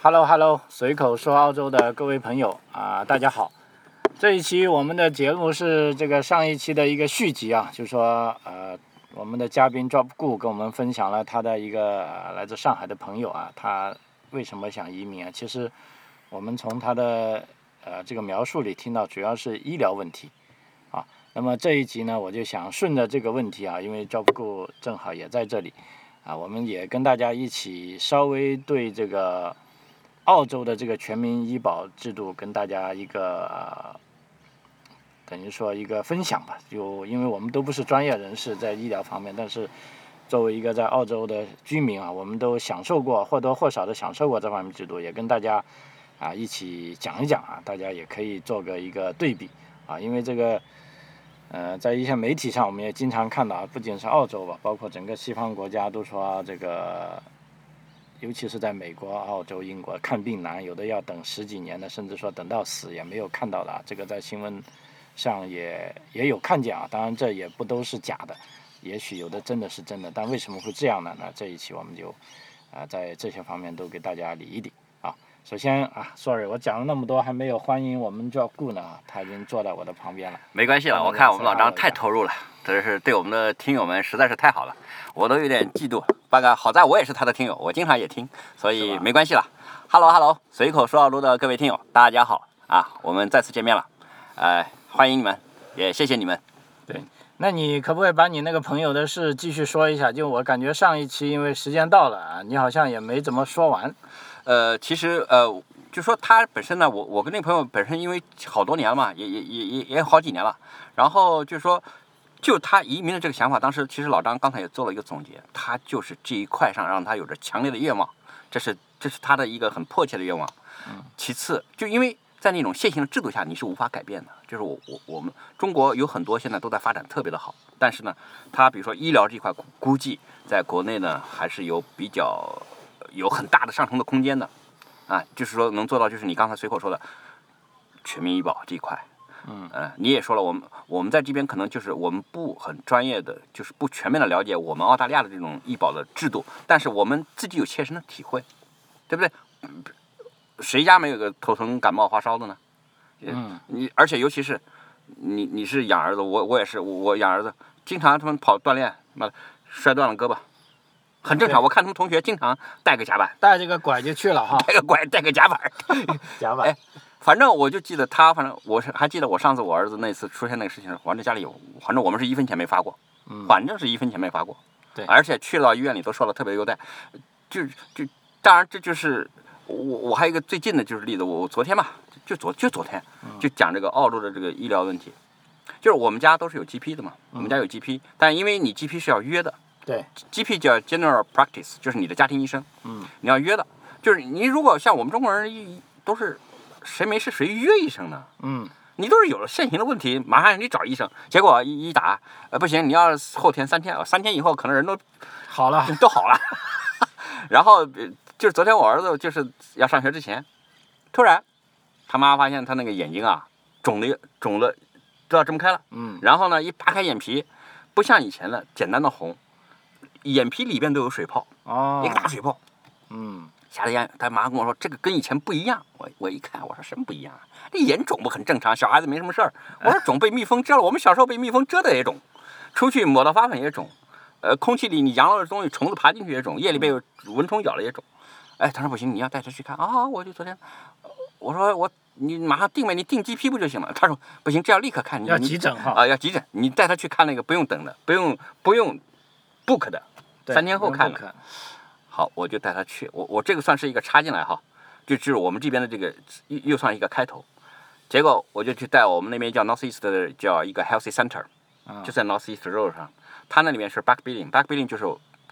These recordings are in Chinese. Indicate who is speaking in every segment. Speaker 1: Hello Hello，随口说澳洲的各位朋友啊、大家好。这一期我们的节目是这个上一期的一个续集啊，就说呃，我们的嘉宾 Drop Gu 跟我们分享了他的一个、呃来自上海的朋友啊，他为什么想移民啊？其实我们从他的呃这个描述里听到，主要是医疗问题啊。那么这一集呢，我就想顺着这个问题啊，因为 Drop Gu 正好也在这里啊，我们也跟大家一起稍微对这个。澳洲的这个全民医保制度跟大家一个、呃等于说一个分享吧。就因为我们都不是专业人士在医疗方面，但是作为一个在澳洲的居民啊，我们都享受过或多或少的享受过这方面制度，也跟大家啊一起讲一讲啊，大家也可以做个一个对比啊，因为这个。呃，在一些媒体上，我们也经常看到啊，不仅是澳洲吧，包括整个西方国家都说、这个尤其是在美国、澳洲、英国，看病难，有的要等十几年的，甚至说等到死也没有看到的啊。这个在新闻上也也有看见啊，当然这也不都是假的，也许有的真的是真的，但为什么会这样呢？那这一期我们就啊、在这些方面都给大家理一理啊。首先啊，sorry，我讲了那么多，还没有欢迎我们叫顾呢啊，他已经坐在我的旁边了。
Speaker 2: 没关系了，
Speaker 1: 嗯
Speaker 2: 我看我们老张太投入了，真是对我们的听友们实在是太好了，我都有点嫉妒。八个好在我也是他的听友，我经常也听，所
Speaker 1: 是
Speaker 2: 以
Speaker 1: 吧
Speaker 2: 没关系了。Hello Hello，随口说澳洲的各位听友，大家好啊，我们再次见面了，呃，欢迎你们，也谢谢你们。
Speaker 1: 那你可不可以把你那个朋友的事继续说一下？就我感觉上一期因为时间到了啊，你好像也没怎么说完。
Speaker 2: 呃，其实呃，就说他本身呢，我我跟那个朋友本身因为好多年了嘛，也也也也也有好几年了，然后就说。就他移民的这个想法，当时其实老张刚才也做了一个总结，他就是这一块上让他有着强烈的愿望，这是这是他的一个很迫切的愿望。其次，就因为在那种现行的制度下，你是无法改变的。就是我我我们中国有很多现在都在发展特别的好，但是呢，它比如说医疗这一块，估估计在国内呢还是有比较有很大的上升的空间的，啊，就是说能做到就是你刚才随口说的全民医保这一块。
Speaker 1: 嗯
Speaker 2: 呃，你也说了，我们我们在这边可能就是我们不很专业的，就是不全面的了解我们澳大利亚的这种医保的制度，但是我们自己有切身的体会，对不对？谁家没有个头疼感冒发烧的呢？
Speaker 1: 嗯，
Speaker 2: 你而且尤其是你你是养儿子，我我也是，我我养儿子，经常他们跑锻炼，妈的摔断了胳膊，很正常。
Speaker 1: 对
Speaker 2: 我看他们同学经常带个夹板，
Speaker 1: 带着个拐就去了哈，
Speaker 2: 带个拐，带个夹板。
Speaker 1: 夹吧。
Speaker 2: 哎反正我就记得他，反正我是还记得我上次我儿子那次出现那个事情，反正家里有，反正我们是一分钱没发过，
Speaker 1: 嗯
Speaker 2: 反正是一分钱没发过，
Speaker 1: 对
Speaker 2: 而且去了医院里都受了特别优待，就就当然这就是我我还有一个最近的就是例子，我我昨天吧，就昨就昨天就讲这个澳洲的这个医疗问题，就是我们家都是有 GP 的嘛，我们家有 GP，但因为你 GP 是要约的
Speaker 1: 对，
Speaker 2: ，GP 叫 General Practice，就是你的家庭医生，
Speaker 1: 嗯，
Speaker 2: 你要约的，就是你如果像我们中国人一都是谁没事谁约医生呢？
Speaker 1: 嗯，
Speaker 2: 你都是有了现行的问题，马上让你找医生，结果一一打，呃，不行，你要是后天三天，呃三天以后可能人都
Speaker 1: 好了，
Speaker 2: 都好了。 然后呃就是昨天我儿子就是要上学之前，突然他妈发现他那个眼睛啊肿的肿的都要睁不开了，
Speaker 1: 嗯，
Speaker 2: 然后呢一扒开眼皮，不像以前了简单的红，眼皮里边都有水泡，
Speaker 1: 哦
Speaker 2: 一个，大水泡。
Speaker 1: 嗯，
Speaker 2: 吓得眼，他妈跟我说这个跟以前不一样。我我一看，我说什么不一样啊？这眼肿不很正常，小孩子没什么事儿。我
Speaker 1: 哎
Speaker 2: 说肿被蜜蜂蛰了，我们小时候被蜜蜂蛰的也肿，出去抹到发粉也肿，呃，空气里你扬了的东西，虫子爬进去也肿，夜里被
Speaker 1: 嗯
Speaker 2: 蚊虫咬了也肿。哎，他说不行，你要带他去看啊！我就昨天，我说我你马上定呗，你定 GP 不就行了？他说不行，这要立刻看，你
Speaker 1: 要
Speaker 2: 你
Speaker 1: 急诊
Speaker 2: 啊、
Speaker 1: 哈。
Speaker 2: 要急诊，你带他去看那个不用等的，不用不用 book 的，
Speaker 1: 对
Speaker 2: 三天后看
Speaker 1: 不用 book
Speaker 2: 好，我就带他去。我我这个算是一个插进来哈，就就是我们这边的这个又又算一个开头。结果我就去带我们那边叫 Northeast 的叫一个 Healthy Center，
Speaker 1: 嗯
Speaker 2: 就在 Northeast Road 上，它那里面是 back billing，back billing 就是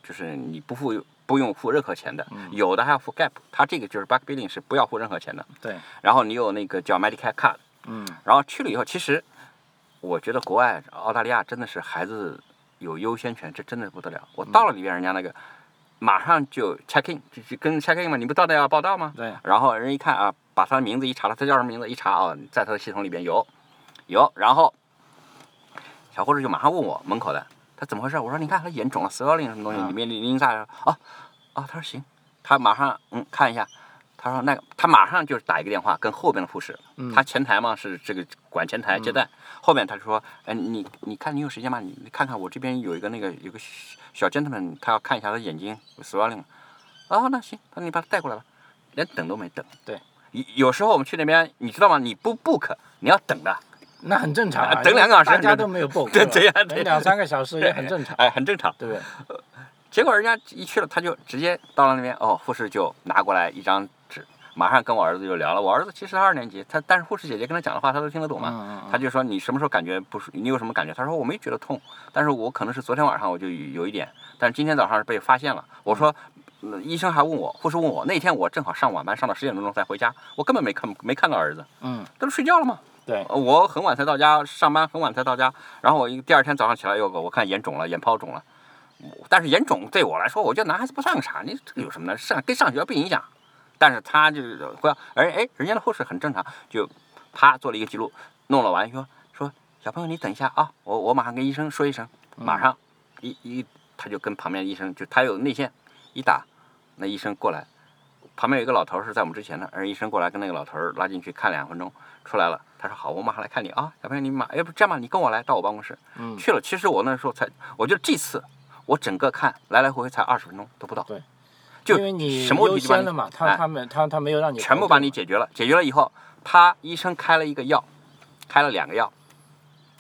Speaker 2: 就是你不付不用付任何钱的，有的还要付 gap，它这个就是 back billing 是不要付任何钱的。
Speaker 1: 对，
Speaker 2: 然后你有那个叫 Medicare Card，
Speaker 1: 嗯，
Speaker 2: 然后去了以后，其实我觉得国外澳大利亚真的是孩子有优先权，这真的不得了。我到了里边，人家那个马上就 check in，就就跟 check in 嘛，你不到那要报到吗？
Speaker 1: 对，
Speaker 2: 然后人一看啊，把他的名字一查了，他叫什么名字一查啊，在他的系统里边有有，然后小护士就马上问我门口的他怎么回事，我说你看他眼肿了，死高零什么东西，
Speaker 1: 嗯
Speaker 2: 里面零零啥啥，哦哦，他说行，他马上嗯看一下，他说那个他马上就是打一个电话跟后边的护士，
Speaker 1: 嗯
Speaker 2: 他前台嘛是这个管前台接待，后面他就说，哎你你看你有时间吗？你你看看我这边有一个那个有个小小 gentleman，他要看一下他的眼睛 swelling，啊那行，那你把他带过来吧，连等都没等。
Speaker 1: 对，
Speaker 2: 有有时候我们去那边，你知道吗？你不 book，你要等的，
Speaker 1: 那很正常啊，
Speaker 2: 等两个小时
Speaker 1: 因为大家都没有 book，
Speaker 2: 对
Speaker 1: 是吧
Speaker 2: 对呀对
Speaker 1: 等两三个小时也很正常，
Speaker 2: 哎很正常。
Speaker 1: 对不对？
Speaker 2: 结果人家一去了，他就直接到了那边，哦，护士就拿过来一张纸，马上跟我儿子就聊了。我儿子其实他二年级，他但是护士姐姐跟他讲的话，他都听得懂嘛。
Speaker 1: 嗯嗯
Speaker 2: 他就说你什么时候感觉不舒，你有什么感觉？他说我没觉得痛，但是我可能是昨天晚上我就有有一点，但是今天早上被发现了。我说。嗯医生还问我，护士问我，那天我正好上晚班，上到十点钟钟才回家，我根本没看没看到儿子，
Speaker 1: 嗯，
Speaker 2: 他都睡觉了嘛。
Speaker 1: 对，
Speaker 2: 呃我很晚才到家，上班很晚才到家，然后我一第二天早上起来，哟，我看眼肿了，眼泡肿了。但是眼肿对我来说，我觉得男孩子不算个啥，你这个有什么呢？上跟上学不影响。但是他就是会，而哎，人家的护士很正常，就啪做了一个记录，弄了完说说小朋友你等一下啊，我我马上跟医生说一声，马上一一他就跟旁边医生就他有内线，一打那医生过来，旁边有一个老头儿是在我们之前的，而医生过来跟那个老头儿拉进去看两分钟，出来了，他说好，我马上来看你啊，小朋友你马要不这样吧，你跟我来到我办公室，
Speaker 1: 嗯
Speaker 2: 去了。其实我那时候才，我觉得这次我整个看来来回回才二十分钟都不到，
Speaker 1: 对，
Speaker 2: 就
Speaker 1: 因为你
Speaker 2: 什么问
Speaker 1: 优
Speaker 2: 题都把
Speaker 1: 先
Speaker 2: 你
Speaker 1: 了嘛，
Speaker 2: 哎
Speaker 1: 他他们他他没有让你
Speaker 2: 全部
Speaker 1: 排队
Speaker 2: 把你
Speaker 1: 嘛
Speaker 2: 解决了。解决了以后，他医生开了一个药，开了两个药，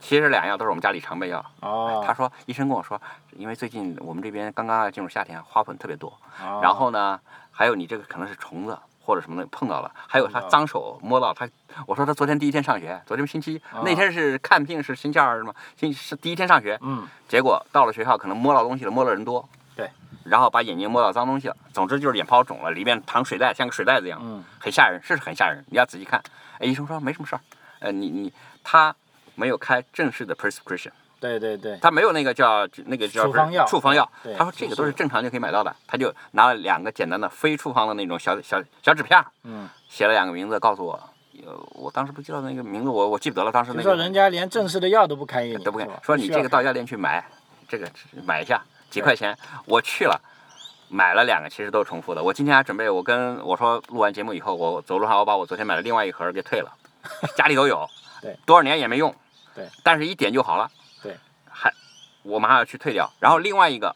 Speaker 2: 其实两个药都是我们家里常备药。他
Speaker 1: 哦，
Speaker 2: 说，医生跟我说，因为最近我们这边刚刚进入夏天，花粉特别多，
Speaker 1: 哦
Speaker 2: 然后呢，还有你这个可能是虫子或者什么东西碰到了，还有他
Speaker 1: 碰到
Speaker 2: 脏手摸到他。我说他昨天第一天上学，昨天星期、
Speaker 1: 啊
Speaker 2: 那天是看病是星期二嘛，星是第一天上学，
Speaker 1: 嗯
Speaker 2: 结果到了学校可能摸到东西了，摸了人多。
Speaker 1: 对。
Speaker 2: 然后把眼睛摸到脏东西了，总之就是眼泡肿了，里面淌水袋，像个水袋子一样，
Speaker 1: 嗯
Speaker 2: 很吓人，是很吓人。你要仔细看。哎，医生说没什么事儿，呃，你你他没有开正式的 prescription，
Speaker 1: 对对对，
Speaker 2: 他没有那个叫那个叫
Speaker 1: 处方药
Speaker 2: 处方药
Speaker 1: 对。
Speaker 2: 他说这个都
Speaker 1: 就是
Speaker 2: 是正常就可以买到的，他就拿了两个简单的非处方的那种小小小纸片儿，
Speaker 1: 嗯，
Speaker 2: 写了两个名字告诉我，呃，我当时不记得那个名字，我我记不得了，当时
Speaker 1: 就
Speaker 2: 那
Speaker 1: 是
Speaker 2: 个
Speaker 1: 说人家连正式的药都不开给你，
Speaker 2: 都不敢
Speaker 1: 是吧
Speaker 2: 说你这个，
Speaker 1: 需嗯
Speaker 2: 到药店去买，这个买一下几块钱，我去了。买了两个，其实都是重复的。我今天还准备，我跟我说录完节目以后，我走路上我把我昨天买的另外一盒儿给退了，家里头有，
Speaker 1: 对，
Speaker 2: 多少年也没用，
Speaker 1: 对，
Speaker 2: 但是一点就好了，
Speaker 1: 对，
Speaker 2: 还我马上要去退掉。然后另外一个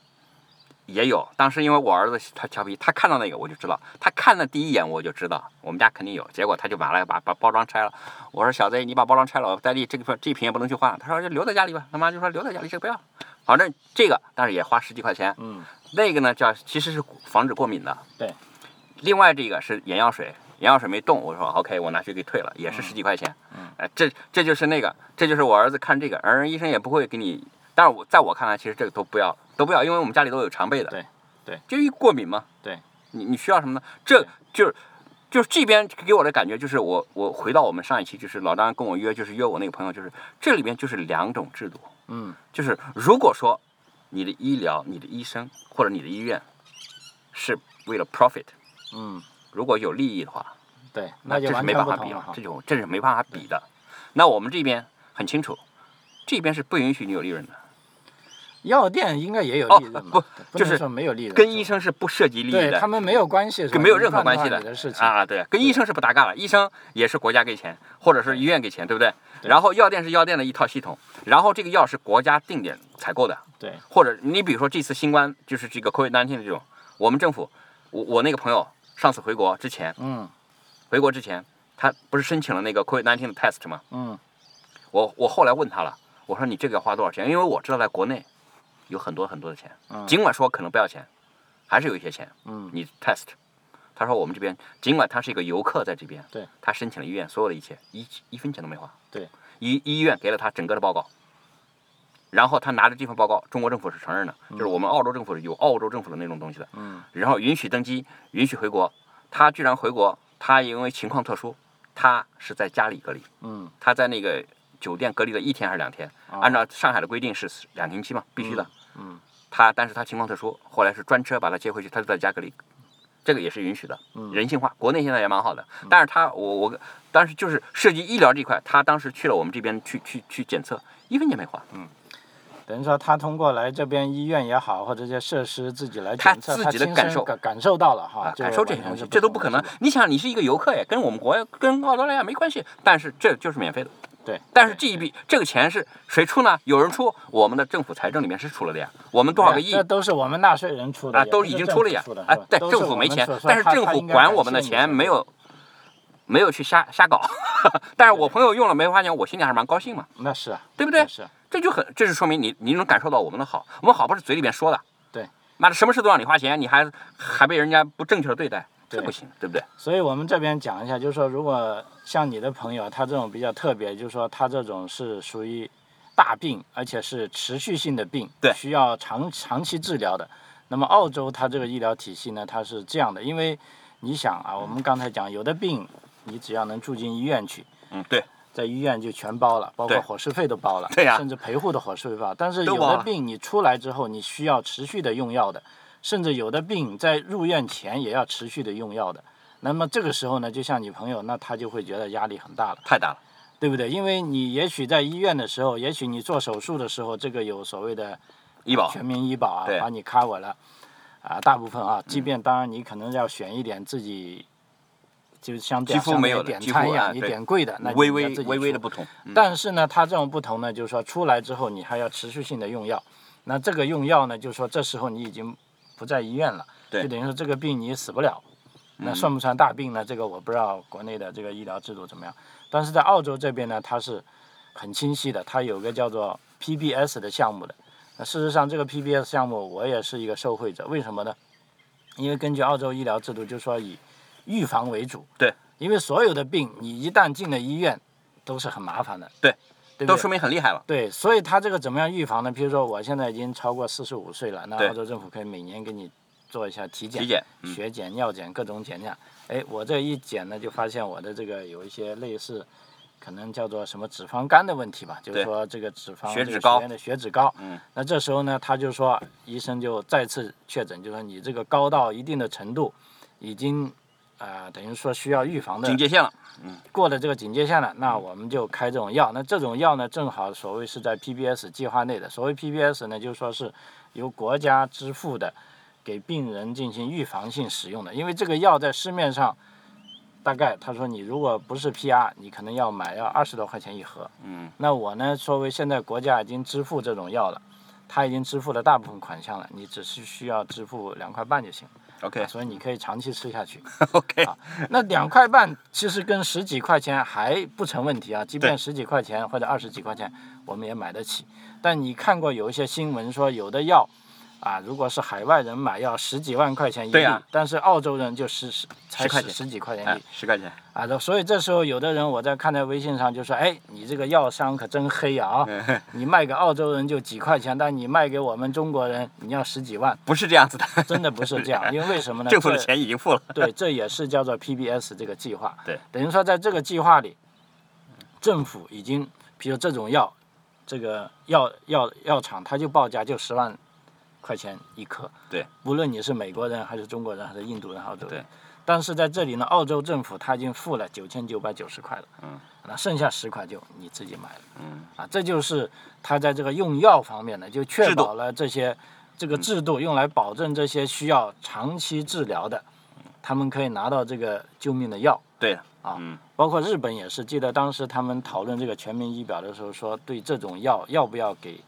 Speaker 2: 也有，当时因为我儿子他调皮，他看到那个我就知道，他看的第一眼我就知道我们家肯定有，结果他就马上把把包装拆了。我说小子，你把包装拆了，我带这这个这瓶也不能去换。他说就留在家里吧，他妈就说留在家里这个不要，反正这个但是也花十几块钱
Speaker 1: 要，嗯
Speaker 2: 那个呢叫其实是防止过敏的。
Speaker 1: 对。
Speaker 2: 另外这个是眼药水，眼药水没动，我说 OK，我拿去给退了，也是十几块钱。
Speaker 1: 嗯。
Speaker 2: 哎，这这就是那个，这就是我儿子看这个，而医生也不会给你。但是我在我看来，其实这个都不要，都不要，因为我们家里都有常备的。
Speaker 1: 对。对。
Speaker 2: 就一过敏嘛。
Speaker 1: 对。
Speaker 2: 你你需要什么呢？这
Speaker 1: 对
Speaker 2: 就是。就是这边给我的感觉，就是我我回到我们上一期，就是老张跟我约，就是约我那个朋友，就是这里面就是两种制度，
Speaker 1: 嗯
Speaker 2: 就是如果说你的医疗、你的医生或者你的医院是为了 profit，
Speaker 1: 嗯，
Speaker 2: 如果有利益的话，
Speaker 1: 对，
Speaker 2: 那
Speaker 1: 就
Speaker 2: 这是
Speaker 1: 完
Speaker 2: 没
Speaker 1: 全
Speaker 2: 办
Speaker 1: 不
Speaker 2: 法
Speaker 1: 同
Speaker 2: 比
Speaker 1: 了
Speaker 2: 了
Speaker 1: 哈，
Speaker 2: 这就这是没办法比的。那我们这边很清楚，这边是不允许你有利润的，
Speaker 1: 药店应该也有
Speaker 2: 哦
Speaker 1: 利润嘛，
Speaker 2: 不
Speaker 1: 对
Speaker 2: 就
Speaker 1: 能
Speaker 2: 是
Speaker 1: 说没有利润，
Speaker 2: 跟
Speaker 1: 是
Speaker 2: 医
Speaker 1: 吧
Speaker 2: 生是不涉及利益
Speaker 1: 对他
Speaker 2: 的
Speaker 1: 们没有关系，是吧
Speaker 2: 跟没有
Speaker 1: 你
Speaker 2: 任何
Speaker 1: 赚
Speaker 2: 关
Speaker 1: 到
Speaker 2: 系
Speaker 1: 你
Speaker 2: 的
Speaker 1: 的事情，
Speaker 2: 啊，对，跟医生是不搭嘎的，医生也是国家给钱，或者是医院给钱，对不对？
Speaker 1: 对
Speaker 2: 然后药店是药店的一套系统，然后这个药是国家定点采购的，
Speaker 1: 对，
Speaker 2: 或者你比如说这次新冠就是这个 COVID-19 的这种，我们政府，我我那个朋友上次回国之前，
Speaker 1: 嗯
Speaker 2: 回国之前他不是申请了那个 COVID-19 的 test 吗？
Speaker 1: 嗯
Speaker 2: 我我后来问他了，我说你这个要花多少钱？因为我知道在国内有很多很多的钱，
Speaker 1: 嗯
Speaker 2: 尽管说可能不要钱，还是有一些钱。
Speaker 1: 嗯
Speaker 2: 你 test，他说我们这边尽管他是一个游客在这边，
Speaker 1: 对，
Speaker 2: 他申请了医院所有的一切，一一分钱都没花。
Speaker 1: 对，
Speaker 2: 医医院给了他整个的报告，然后他拿着这份报告，中国政府是承认的，就是我们澳洲政府是有澳洲政府的那种东西的，
Speaker 1: 嗯，
Speaker 2: 然后允许登机，允许回国。他居然回国，他因为情况特殊，他是在家里隔离。
Speaker 1: 嗯，
Speaker 2: 他在那个酒店隔离了一天还是两天？
Speaker 1: 哦
Speaker 2: 按照上海的规定是两星期嘛，必须的。
Speaker 1: 嗯嗯
Speaker 2: 他但是他情况特殊，后来是专车把他接回去，他就在家隔离，这个也是允许的，
Speaker 1: 嗯
Speaker 2: 人性化。国内现在也蛮好的，但是他我我，但是就是涉及医疗这块，他当时去了我们这边去去去检测，一分钱没花。
Speaker 1: 等于说他通过来这边医院也好，或者这些设施自己来
Speaker 2: 他
Speaker 1: 检测，
Speaker 2: 自
Speaker 1: 他
Speaker 2: 己的
Speaker 1: 亲
Speaker 2: 感
Speaker 1: 身
Speaker 2: 受啊
Speaker 1: 感感受到了哈，
Speaker 2: 感受这
Speaker 1: 啊完
Speaker 2: 些
Speaker 1: 全
Speaker 2: 东西
Speaker 1: 是，
Speaker 2: 这都
Speaker 1: 同
Speaker 2: 不
Speaker 1: 的
Speaker 2: 可能
Speaker 1: 事。
Speaker 2: 你想，你是一个游客呀，跟我们国跟澳大利亚没关系，但是这就是免费的。
Speaker 1: 对，
Speaker 2: 但是
Speaker 1: 对
Speaker 2: 这一笔这个钱是谁出呢？有人出，我们的政府财政里面是出了的呀。我们多少个
Speaker 1: 哎
Speaker 2: 亿
Speaker 1: 呀这都是我们纳税人出的
Speaker 2: 啊，
Speaker 1: 也
Speaker 2: 都
Speaker 1: 不
Speaker 2: 已
Speaker 1: 是
Speaker 2: 经
Speaker 1: 政
Speaker 2: 出
Speaker 1: 府
Speaker 2: 了呀
Speaker 1: 出的。
Speaker 2: 啊
Speaker 1: 是吧，
Speaker 2: 对，
Speaker 1: 都
Speaker 2: 政
Speaker 1: 是
Speaker 2: 府
Speaker 1: 我
Speaker 2: 没
Speaker 1: 们
Speaker 2: 钱
Speaker 1: 所，说
Speaker 2: 但是
Speaker 1: 他
Speaker 2: 政
Speaker 1: 他
Speaker 2: 府
Speaker 1: 应该
Speaker 2: 管
Speaker 1: 感
Speaker 2: 我们的
Speaker 1: 谢你
Speaker 2: 钱
Speaker 1: 对
Speaker 2: 没有 没有去瞎瞎搞。 但是我朋友用了没发现，我心里还是蛮高兴嘛，
Speaker 1: 那是啊，
Speaker 2: 对不对
Speaker 1: 那？是啊
Speaker 2: 这就很，这就说明你你能感受到我们的好，我们好不是嘴里面说的。
Speaker 1: 对，
Speaker 2: 妈的，什么事都让你花钱，你还还被人家不正确的对待，这
Speaker 1: 对
Speaker 2: 不行，对不对？
Speaker 1: 所以我们这边讲一下，就是说，如果像你的朋友，他这种比较特别，就是说他这种是属于大病，而且是持续性的病，
Speaker 2: 对
Speaker 1: 需要长长期治疗的。那么澳洲它这个医疗体系呢，它是这样的，因为你想啊，我们刚才讲，有的病你只要能住进医院去，
Speaker 2: 嗯，对。
Speaker 1: 在医院就全包了，包括
Speaker 2: 对
Speaker 1: 伙食费都包了，
Speaker 2: 对呀
Speaker 1: 甚至陪护的伙食费包了。但是
Speaker 2: 都
Speaker 1: 有
Speaker 2: 包
Speaker 1: 的
Speaker 2: 了
Speaker 1: 病你出来之后，你需要持续的用药的，甚至有的病在入院前也要持续的用药的。那么这个时候呢，就像你朋友，那他就会觉得压力很大了，
Speaker 2: 太大了。
Speaker 1: 对不对？因为你也许在医院的时候，也许你做手术的时候，这个有所谓的
Speaker 2: 医保，
Speaker 1: 全民医保啊
Speaker 2: 对，
Speaker 1: 把你 cover 了，啊，大部分啊，即便当然你可能要选一点自己，就像
Speaker 2: 几
Speaker 1: 点
Speaker 2: 乎
Speaker 1: 像
Speaker 2: 没
Speaker 1: 那
Speaker 2: 有
Speaker 1: 个
Speaker 2: 的
Speaker 1: 点
Speaker 2: 几
Speaker 1: 餐
Speaker 2: 乎
Speaker 1: 一
Speaker 2: 啊
Speaker 1: 样，你
Speaker 2: 对
Speaker 1: 点贵的，那你
Speaker 2: 微
Speaker 1: 要
Speaker 2: 微
Speaker 1: 自己
Speaker 2: 微微
Speaker 1: 出
Speaker 2: 的不同。嗯
Speaker 1: 但是呢，它这种不同呢，就是说出来之后你还要持续性的用药，那这个用药呢，就是说这时候你已经不在医院了，
Speaker 2: 对
Speaker 1: 就等于说这个病你死不了。那
Speaker 2: 嗯
Speaker 1: 算不算大病呢？这个我不知道国内的这个医疗制度怎么样，但是在澳洲这边呢，它是很清晰的，它有个叫做 PBS 的项目的。那事实上，这个 PBS 项目我也是一个受惠者，为什么呢？因为根据澳洲医疗制度，就是说以预防为主。
Speaker 2: 对。
Speaker 1: 因为所有的病，你一旦进了医院，都是很麻烦的。
Speaker 2: 对。
Speaker 1: 对不
Speaker 2: 都
Speaker 1: 对
Speaker 2: 说？明很厉害了。
Speaker 1: 对，所以它这个怎么样预防呢？比如说，我现在已经超过四十五岁了，那
Speaker 2: 对
Speaker 1: 澳洲政府可以每年给你做一下体检，
Speaker 2: 体检，嗯，
Speaker 1: 血检、尿检各种检查。哎，我这一检呢，就发现我的这个有一些类似，可能叫做什么脂肪肝的问题吧，就是
Speaker 2: 对
Speaker 1: 说这个脂肪
Speaker 2: 血
Speaker 1: 这个
Speaker 2: 脂高
Speaker 1: 血液的血脂高。
Speaker 2: 嗯。
Speaker 1: 那这时候呢，他就说，医生就再次确诊，就说你这个高到一定的程度，已经啊、呃等于说需要预防的
Speaker 2: 警戒线了，
Speaker 1: 过了这个警戒线了，那我们就开这种药。那这种药呢，正好所谓是在 PBS 计划内的。所谓 PBS 呢，就是说是由国家支付的，给病人进行预防性使用的。因为这个药在市面上，大概他说你如果不是 PR，你可能要买要二十多块钱一盒。
Speaker 2: 嗯。
Speaker 1: 那我呢，作为现在国家已经支付这种药了，他已经支付了大部分款项了，你只是需要支付两块半就行，
Speaker 2: OK
Speaker 1: 所以你可以长期吃下去。
Speaker 2: OK，
Speaker 1: 那两块半其实跟十几块钱还不成问题啊，即便十几块钱或者二十几块钱，我们也买得起。但你看过有一些新闻说，有的药啊，如果是海外人买要十几万块钱一
Speaker 2: 对
Speaker 1: 粒，
Speaker 2: 啊
Speaker 1: 但是澳洲人就十十才
Speaker 2: 10块
Speaker 1: 十
Speaker 2: 钱
Speaker 1: 十几块钱一
Speaker 2: 哎
Speaker 1: 粒，
Speaker 2: 十块钱，
Speaker 1: 啊。都所以这时候有的人我在看在微信上就说，哎，你这个药商可真黑啊，
Speaker 2: 嗯
Speaker 1: 你卖给澳洲人就几块钱，但你卖给我们中国人你要十几万，
Speaker 2: 不是这样子的，
Speaker 1: 真的不是这样，因为为什么呢？
Speaker 2: 政府的
Speaker 1: 这
Speaker 2: 钱已经付了，
Speaker 1: 对，这也是叫做 PBS 这个计划。
Speaker 2: 对，
Speaker 1: 等于说在这个计划里，政府已经，比如这种药，这个药药药厂它就报价就十万块钱一颗。
Speaker 2: 对，
Speaker 1: 无论你是美国人还是中国人还是印度人、澳洲人。
Speaker 2: 对。
Speaker 1: 但是在这里呢，澳洲政府它已经付了九千九百九十块了，
Speaker 2: 嗯，
Speaker 1: 那剩下十块就你自己买了，
Speaker 2: 嗯，
Speaker 1: 啊，这就是它在这个用药方面呢，就确
Speaker 2: 制度
Speaker 1: 保了这些这个制度用来保证这些需要长期治疗的，他们可以拿到这个救命的药。
Speaker 2: 对的，
Speaker 1: 啊
Speaker 2: 嗯，
Speaker 1: 包括日本也是，记得当时他们讨论这个全民医保的时候说，对这种药要不要给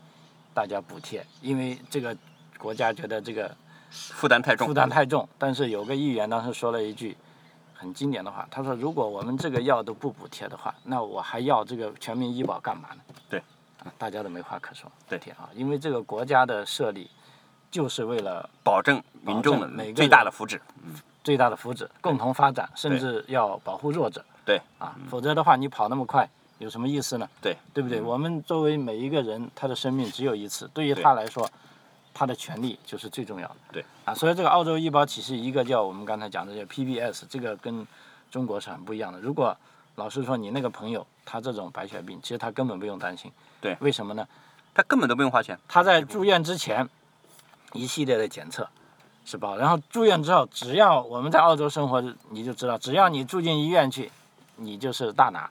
Speaker 1: 大家补贴，因为这个国家觉得这个
Speaker 2: 负担太重，
Speaker 1: 负担太重。但是有个议员当时说了一句很经典的话，他说：“如果我们这个药都不补贴的话，那我还要这个全民医保干嘛呢？”
Speaker 2: 对
Speaker 1: 啊，大家都没话可说。
Speaker 2: 对
Speaker 1: 贴啊，因为这个国家的设立就是为了
Speaker 2: 保证民众
Speaker 1: 保证每个人
Speaker 2: 的最大的福祉，
Speaker 1: 最大的福祉、共同发展，甚至要保护弱者。
Speaker 2: 对
Speaker 1: 啊，否则的话，你跑那么快有什么意思呢？
Speaker 2: 对，
Speaker 1: 对不对？我们作为每一个人，他的生命只有一次，对于
Speaker 2: 嗯对
Speaker 1: 他来说，他的权利就是最重要的。
Speaker 2: 对
Speaker 1: 啊，所以这个澳洲医保体系，一个叫我们刚才讲的叫 PBS，这个跟中国是很不一样的。如果老实说，你那个朋友他这种白血病，其实他根本不用担心。
Speaker 2: 对
Speaker 1: 为什么呢？
Speaker 2: 他根本都不用花钱，
Speaker 1: 他在住院之前一系列的检测是吧？然后住院之后，只要我们在澳洲生活，你就知道，只要你住进医院去，你就是大拿。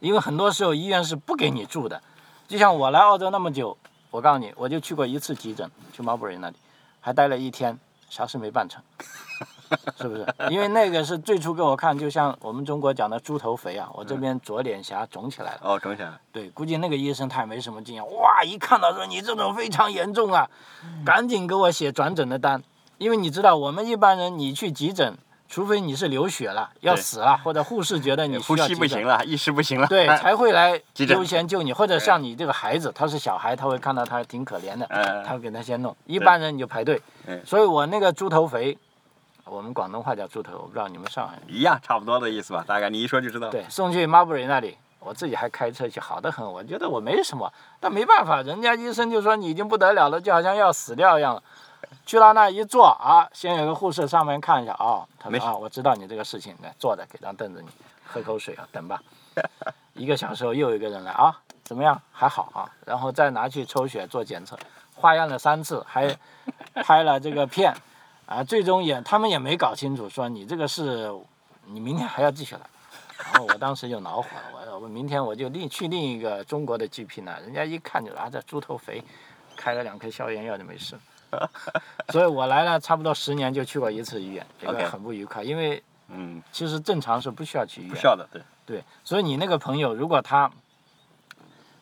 Speaker 1: 因为很多时候医院是不给你住的，就像我来澳洲那么久，我告诉你，我就去过一次急诊，去 Marbury 那里，还待了一天，啥事没办成，是不是？因为那个是最初给我看，就像我们中国讲的猪头肥啊，我这边左脸颊肿起来了。
Speaker 2: 哦，整起来了。
Speaker 1: 对，估计那个医生他也没什么经验，哇，一看到说你这种非常严重啊，
Speaker 2: 嗯
Speaker 1: 赶紧给我写转诊的单，因为你知道我们一般人你去急诊，除非你是流血了要
Speaker 2: 对
Speaker 1: 死了，或者护士觉得你需
Speaker 2: 呼
Speaker 1: 要
Speaker 2: 吸
Speaker 1: 急
Speaker 2: 不
Speaker 1: 诊
Speaker 2: 行，了，意识不行了。
Speaker 1: 对，才会来
Speaker 2: 急诊
Speaker 1: 优先救你，或者像你这个孩子，他是小孩，他会看到他挺可怜的，
Speaker 2: 嗯
Speaker 1: 他会给他先弄。一般人你就排队
Speaker 2: 嗯，
Speaker 1: 所以我那个猪头肥，我们广东话叫猪头，我不知道你们上海。
Speaker 2: 一样，差不多的意思吧，大概你一说就知道。
Speaker 1: 对，送去 Marbury 那里，我自己还开车去，好的很。我觉得我没什么，但没办法，人家医生就说你已经不得了了，就好像要死掉一样了。去到那一坐啊，先有个护士上门看一下啊、他
Speaker 2: 没
Speaker 1: 说
Speaker 2: 事
Speaker 1: 啊，我知道你这个事情，来坐着，给张凳子你，喝口水啊，等吧。一个小时后又有一个人来啊，怎么样？还好啊，然后再拿去抽血做检测，化验了三次，
Speaker 2: 嗯
Speaker 1: 还拍了这个片，啊，最终也他们也没搞清楚，说你这个是，你明天还要继续来。然后我当时就恼火了，我说我明天我就另去另一个中国的 GP 那，人家一看就啊这猪头肥，开了两颗消炎药就没 事。所以我来了差不多十年就去过一次医院，这个
Speaker 2: OK
Speaker 1: 很不愉快，因为
Speaker 2: 嗯，
Speaker 1: 其实正常是不需要去医
Speaker 2: 不
Speaker 1: 院
Speaker 2: 需。要的，对。
Speaker 1: 对，所以你那个朋友如果他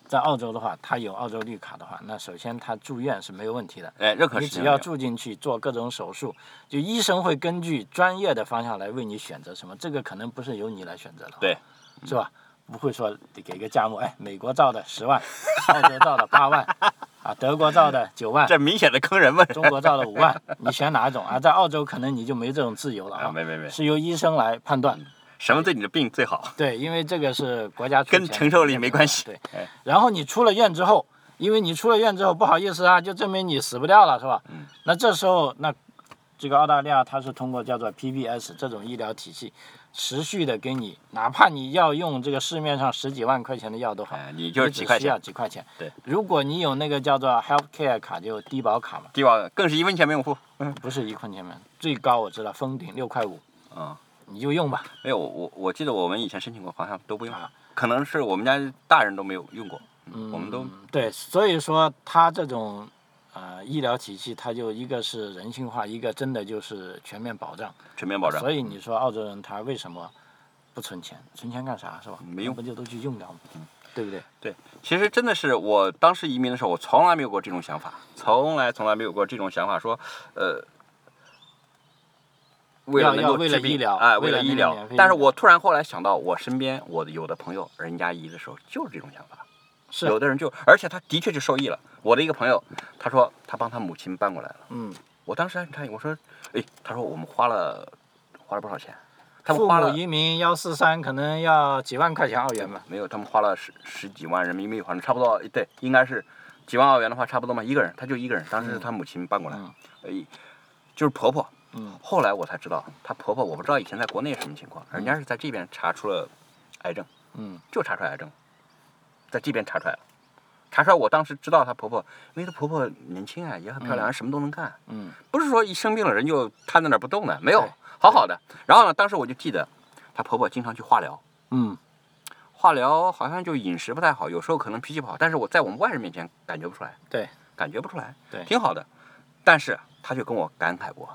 Speaker 1: 在澳洲的话，他有澳洲绿卡的话，那首先他住院是没有问题的。
Speaker 2: 哎，任何
Speaker 1: 你
Speaker 2: 事情
Speaker 1: 只
Speaker 2: 都没有
Speaker 1: 要住进去做各种手术，就医生会根据专业的方向来为你选择什么，这个可能不是由你来选择的，
Speaker 2: 对，
Speaker 1: 是吧？不会说得给个价目，哎，美国造的十万，澳洲造的八万，啊，德国造的九万，
Speaker 2: 这明显的坑人们。
Speaker 1: 中国造的五万，你选哪种啊？在澳洲可能你就没这种自由了
Speaker 2: 啊，
Speaker 1: 啊，
Speaker 2: 没没没，嗯
Speaker 1: 是由医生来判断。
Speaker 2: 什么对你的病最好？
Speaker 1: 对，因为这个是国家出
Speaker 2: 跟
Speaker 1: 钱
Speaker 2: 承受力没关系
Speaker 1: 对
Speaker 2: 哎，
Speaker 1: 然后你出了院之后，因为你出了院之后，不好意思啊，就证明你死不掉了，是吧？
Speaker 2: 嗯。
Speaker 1: 那这时候，那这个澳大利亚它是通过叫做 PBS 这种医疗体系，持续的给你，哪怕你要用这个市面上十几万块钱的药都好，
Speaker 2: 哎，你就是
Speaker 1: 你只
Speaker 2: 几块
Speaker 1: 需要
Speaker 2: 钱，
Speaker 1: 几块钱。
Speaker 2: 对。
Speaker 1: 如果你有那个叫做 Healthcare 卡，就低保卡嘛，
Speaker 2: 对吧？更是一分钱没用付。
Speaker 1: 不是一块钱嘛，最高我知道封顶六块五，
Speaker 2: 嗯，
Speaker 1: 你就用吧。
Speaker 2: 没有，我我我记得我们以前申请过，好像都不用
Speaker 1: 啊，
Speaker 2: 可能是我们家大人都没有用过。
Speaker 1: 嗯，
Speaker 2: 我们都
Speaker 1: 对，所以说它这种呃医疗体系，它就一个是人性化，一个真的就是全面保障。
Speaker 2: 全面保障。
Speaker 1: 所以你说澳洲人他为什么不存钱？存钱干啥是吧？
Speaker 2: 没用嗯
Speaker 1: 那不就都去用掉吗？对不对？
Speaker 2: 其实真的是我当时移民的时候，我从来没有过这种想法，从来从来没有过这种想法，说呃，为
Speaker 1: 要
Speaker 2: 了能
Speaker 1: 要
Speaker 2: 够
Speaker 1: 为
Speaker 2: 治
Speaker 1: 了
Speaker 2: 病
Speaker 1: 医疗
Speaker 2: 哎，
Speaker 1: 为
Speaker 2: 为
Speaker 1: 了那
Speaker 2: 医
Speaker 1: 个
Speaker 2: 疗
Speaker 1: 免费。
Speaker 2: 但是
Speaker 1: 医疗
Speaker 2: 我突然后来想到，我身边我的有的朋友，人家移的时候就是这种想法，
Speaker 1: 是
Speaker 2: 有的人就，而且他的确就受益了。我的一个朋友，他说他帮他母亲搬过来了，
Speaker 1: 嗯，
Speaker 2: 我当时还很诧异，我说，哎，他说我们花了花了多少钱？他们
Speaker 1: 父
Speaker 2: 花
Speaker 1: 母
Speaker 2: 了
Speaker 1: 移民幺四三可能要几万块钱澳元吧。
Speaker 2: 没有，他们花了十十几万人民币，反正差不多，对，应该是几万澳元的话，差不多嘛，一个人，他就一个人，当时是他母亲搬过来，
Speaker 1: 嗯
Speaker 2: 呃，就是婆婆，
Speaker 1: 嗯，
Speaker 2: 后来我才知道，她婆婆我不知道以前在国内什么情况，人家是在这边查出了癌症，
Speaker 1: 嗯，
Speaker 2: 就查出来癌症，在这边查出来了，查出来我当时知道她婆婆，因为她婆婆年轻啊，也很漂亮，什么都能干，
Speaker 1: 嗯，
Speaker 2: 不是说一生病了人就瘫在那儿不动的，没有
Speaker 1: 对，
Speaker 2: 好好的。然后呢，当时我就记得，她婆婆经常去化疗。
Speaker 1: 嗯，
Speaker 2: 化疗好像就饮食不太好，有时候可能脾气不好，但是我在我们外人面前感觉不出来，
Speaker 1: 对，
Speaker 2: 感觉不出来，
Speaker 1: 对
Speaker 2: 挺好的。但是他就跟我感慨过，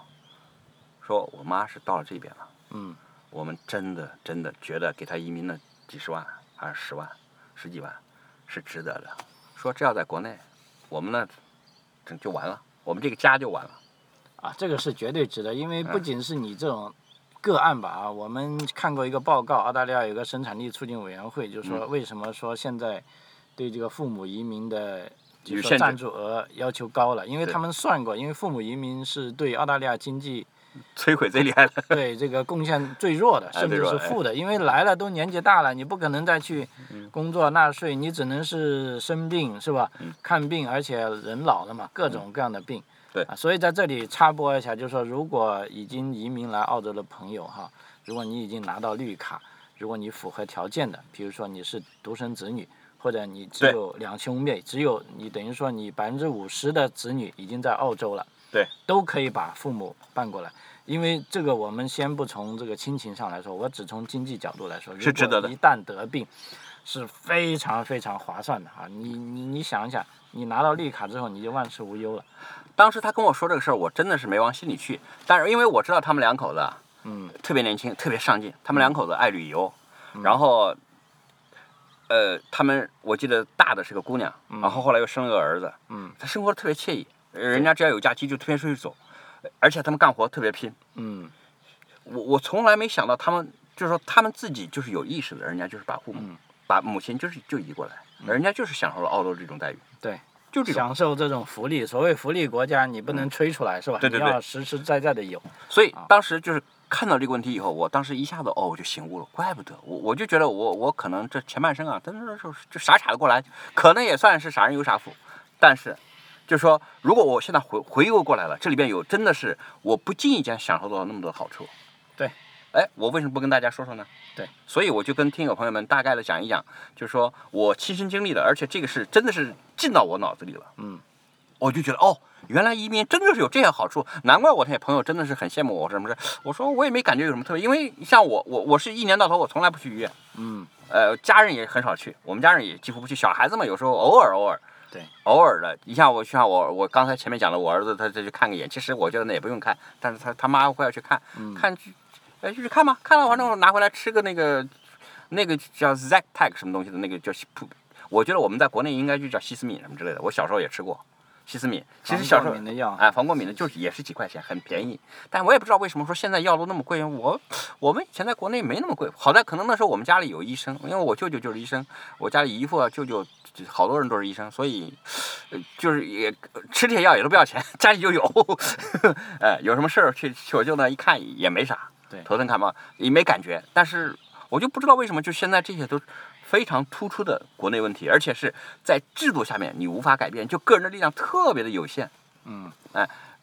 Speaker 2: 说我妈是到了这边了，
Speaker 1: 嗯，
Speaker 2: 我们真的真的觉得给她移民了几十万还是十万、十几万是值得的。说这要在国内，我们呢，整就完了，我们这个家就完了。
Speaker 1: 啊，这个是绝对值得，因为不
Speaker 2: 嗯
Speaker 1: 仅是你这种个案吧啊，我们看过一个报告，澳大利亚有个生产力促进委员会，就
Speaker 2: 嗯
Speaker 1: 说为什么说现在对这个父母移民的就
Speaker 2: 有
Speaker 1: 说
Speaker 2: 限制
Speaker 1: 赞助额要求高了，因为
Speaker 2: 对
Speaker 1: 他们算过，因为父母移民是对澳大利亚经济
Speaker 2: 摧毁最厉害的，
Speaker 1: 对这个贡献最弱的，
Speaker 2: 哎
Speaker 1: 甚
Speaker 2: 最
Speaker 1: 至
Speaker 2: 弱
Speaker 1: 是
Speaker 2: 的哎嗯
Speaker 1: 负的，因为来了都年纪大了，你不可能再去工作纳税，你只能是生病是吧？
Speaker 2: 嗯
Speaker 1: 看病，而且人老了嘛，各种各样的病。
Speaker 2: 对
Speaker 1: 啊，所以在这里插播一下，就是说，如果已经移民来澳洲的朋友哈，如果你已经拿到绿卡，如果你符合条件的，比如说你是独生子女。或者你只
Speaker 2: 对
Speaker 1: 有两兄妹，只有你等于说你百分之五十的子女已经在澳洲了，
Speaker 2: 对，
Speaker 1: 都可以把父母办过来。因为这个我们先不从这个亲情上来说，我只从经济角度来说，
Speaker 2: 是值
Speaker 1: 如
Speaker 2: 得的
Speaker 1: 果一旦得病，是非常非常划算的啊！你你你想一想，你拿到绿卡之后，你就万事无忧了。
Speaker 2: 当时他跟我说这个事儿，我真的是没往心里去。但是因为我知道他们两口子
Speaker 1: 嗯
Speaker 2: 特别年轻，特别上进，他们两口子爱旅游，然后，呃，他们我记得大的是个姑娘，然后后来又生了个儿子，
Speaker 1: 嗯
Speaker 2: 他生活得特别惬意。呃人家只要有假期就特别出去走，而且他们干活特别拼。
Speaker 1: 嗯
Speaker 2: 我我从来没想到他们，就是说他们自己就是有意识的，人家就是把父母、
Speaker 1: 嗯
Speaker 2: 把母亲就是就移过来，人家就是享受了澳洲这种待遇，
Speaker 1: 对，
Speaker 2: 就这种。
Speaker 1: 享受这种福利。所谓福利国家，你不能吹出来、是吧？
Speaker 2: 嗯对对
Speaker 1: 你
Speaker 2: 对
Speaker 1: 要实实在在的有。
Speaker 2: 所
Speaker 1: 啊
Speaker 2: 以当时就是看到这个问题以后，我当时一下子哦，我就醒悟了，怪不得我我就觉得我我可能这前半生啊，真的就是就傻傻的过来，可能也算是傻人有傻福，但是。就是说，如果我现在回回过过来了，这里边有真的是我不经意间享受到那么多好处。
Speaker 1: 对，
Speaker 2: 哎，我为什么不跟大家说说呢？
Speaker 1: 对，
Speaker 2: 所以我就跟听友朋友们大概的讲一讲，就是说我亲身经历的，而且这个是真的是进到我脑子里了。
Speaker 1: 嗯，
Speaker 2: 我就觉得哦，原来移民真的是有这些好处，难怪我那些朋友真的是很羡慕我什么的。我说我也没感觉有什么特别，因为像我我我是一年到头我从来不去医院，
Speaker 1: 嗯
Speaker 2: 呃，家人也很少去，我们家人也几乎不去，小孩子嘛有时候偶尔偶尔。
Speaker 1: 对，
Speaker 2: 偶尔的，你像我，像我，我刚才前面讲了，我儿子他再去看个眼，其实我觉得那也不用看，但是他他妈会要去看，
Speaker 1: 嗯
Speaker 2: 看去，哎，就去看吧，看了完之后拿回来吃个那个，那个叫 z a c Tag 什么东西的那个叫西普，我觉得我们在国内应该就叫西斯敏什么之类的，我小时候也吃过，西斯敏，其实小
Speaker 1: 防
Speaker 2: 时候
Speaker 1: 过敏的药
Speaker 2: 啊，防过敏的就是也是几块钱，很便宜。但我也不知道为什么说现在药都那么贵。我我们以前在国内没那么贵，好在可能那时候我们家里有医生，因为我舅舅就是医生，我家里姨父啊、舅舅好多人都是医生，所以呃就是也吃这些药也都不要钱，家里就有。 呃，有什么事儿去去我舅那一看也没啥，
Speaker 1: 对
Speaker 2: 头疼感冒也没感觉。但是我就不知道为什么，就现在这些都非常突出的国内问题，而且是在制度下面你无法改变，就个人的力量特别的有限。
Speaker 1: 嗯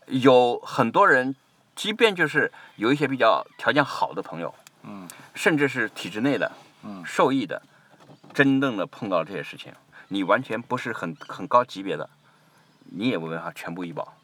Speaker 2: 有很多人，即便就是有一些比较条件好的朋友，
Speaker 1: 嗯
Speaker 2: 甚至是体制内的、
Speaker 1: 嗯
Speaker 2: 受益的，真正的碰到这些事情，你完全不是很很高级别的，你也没办法全部医保。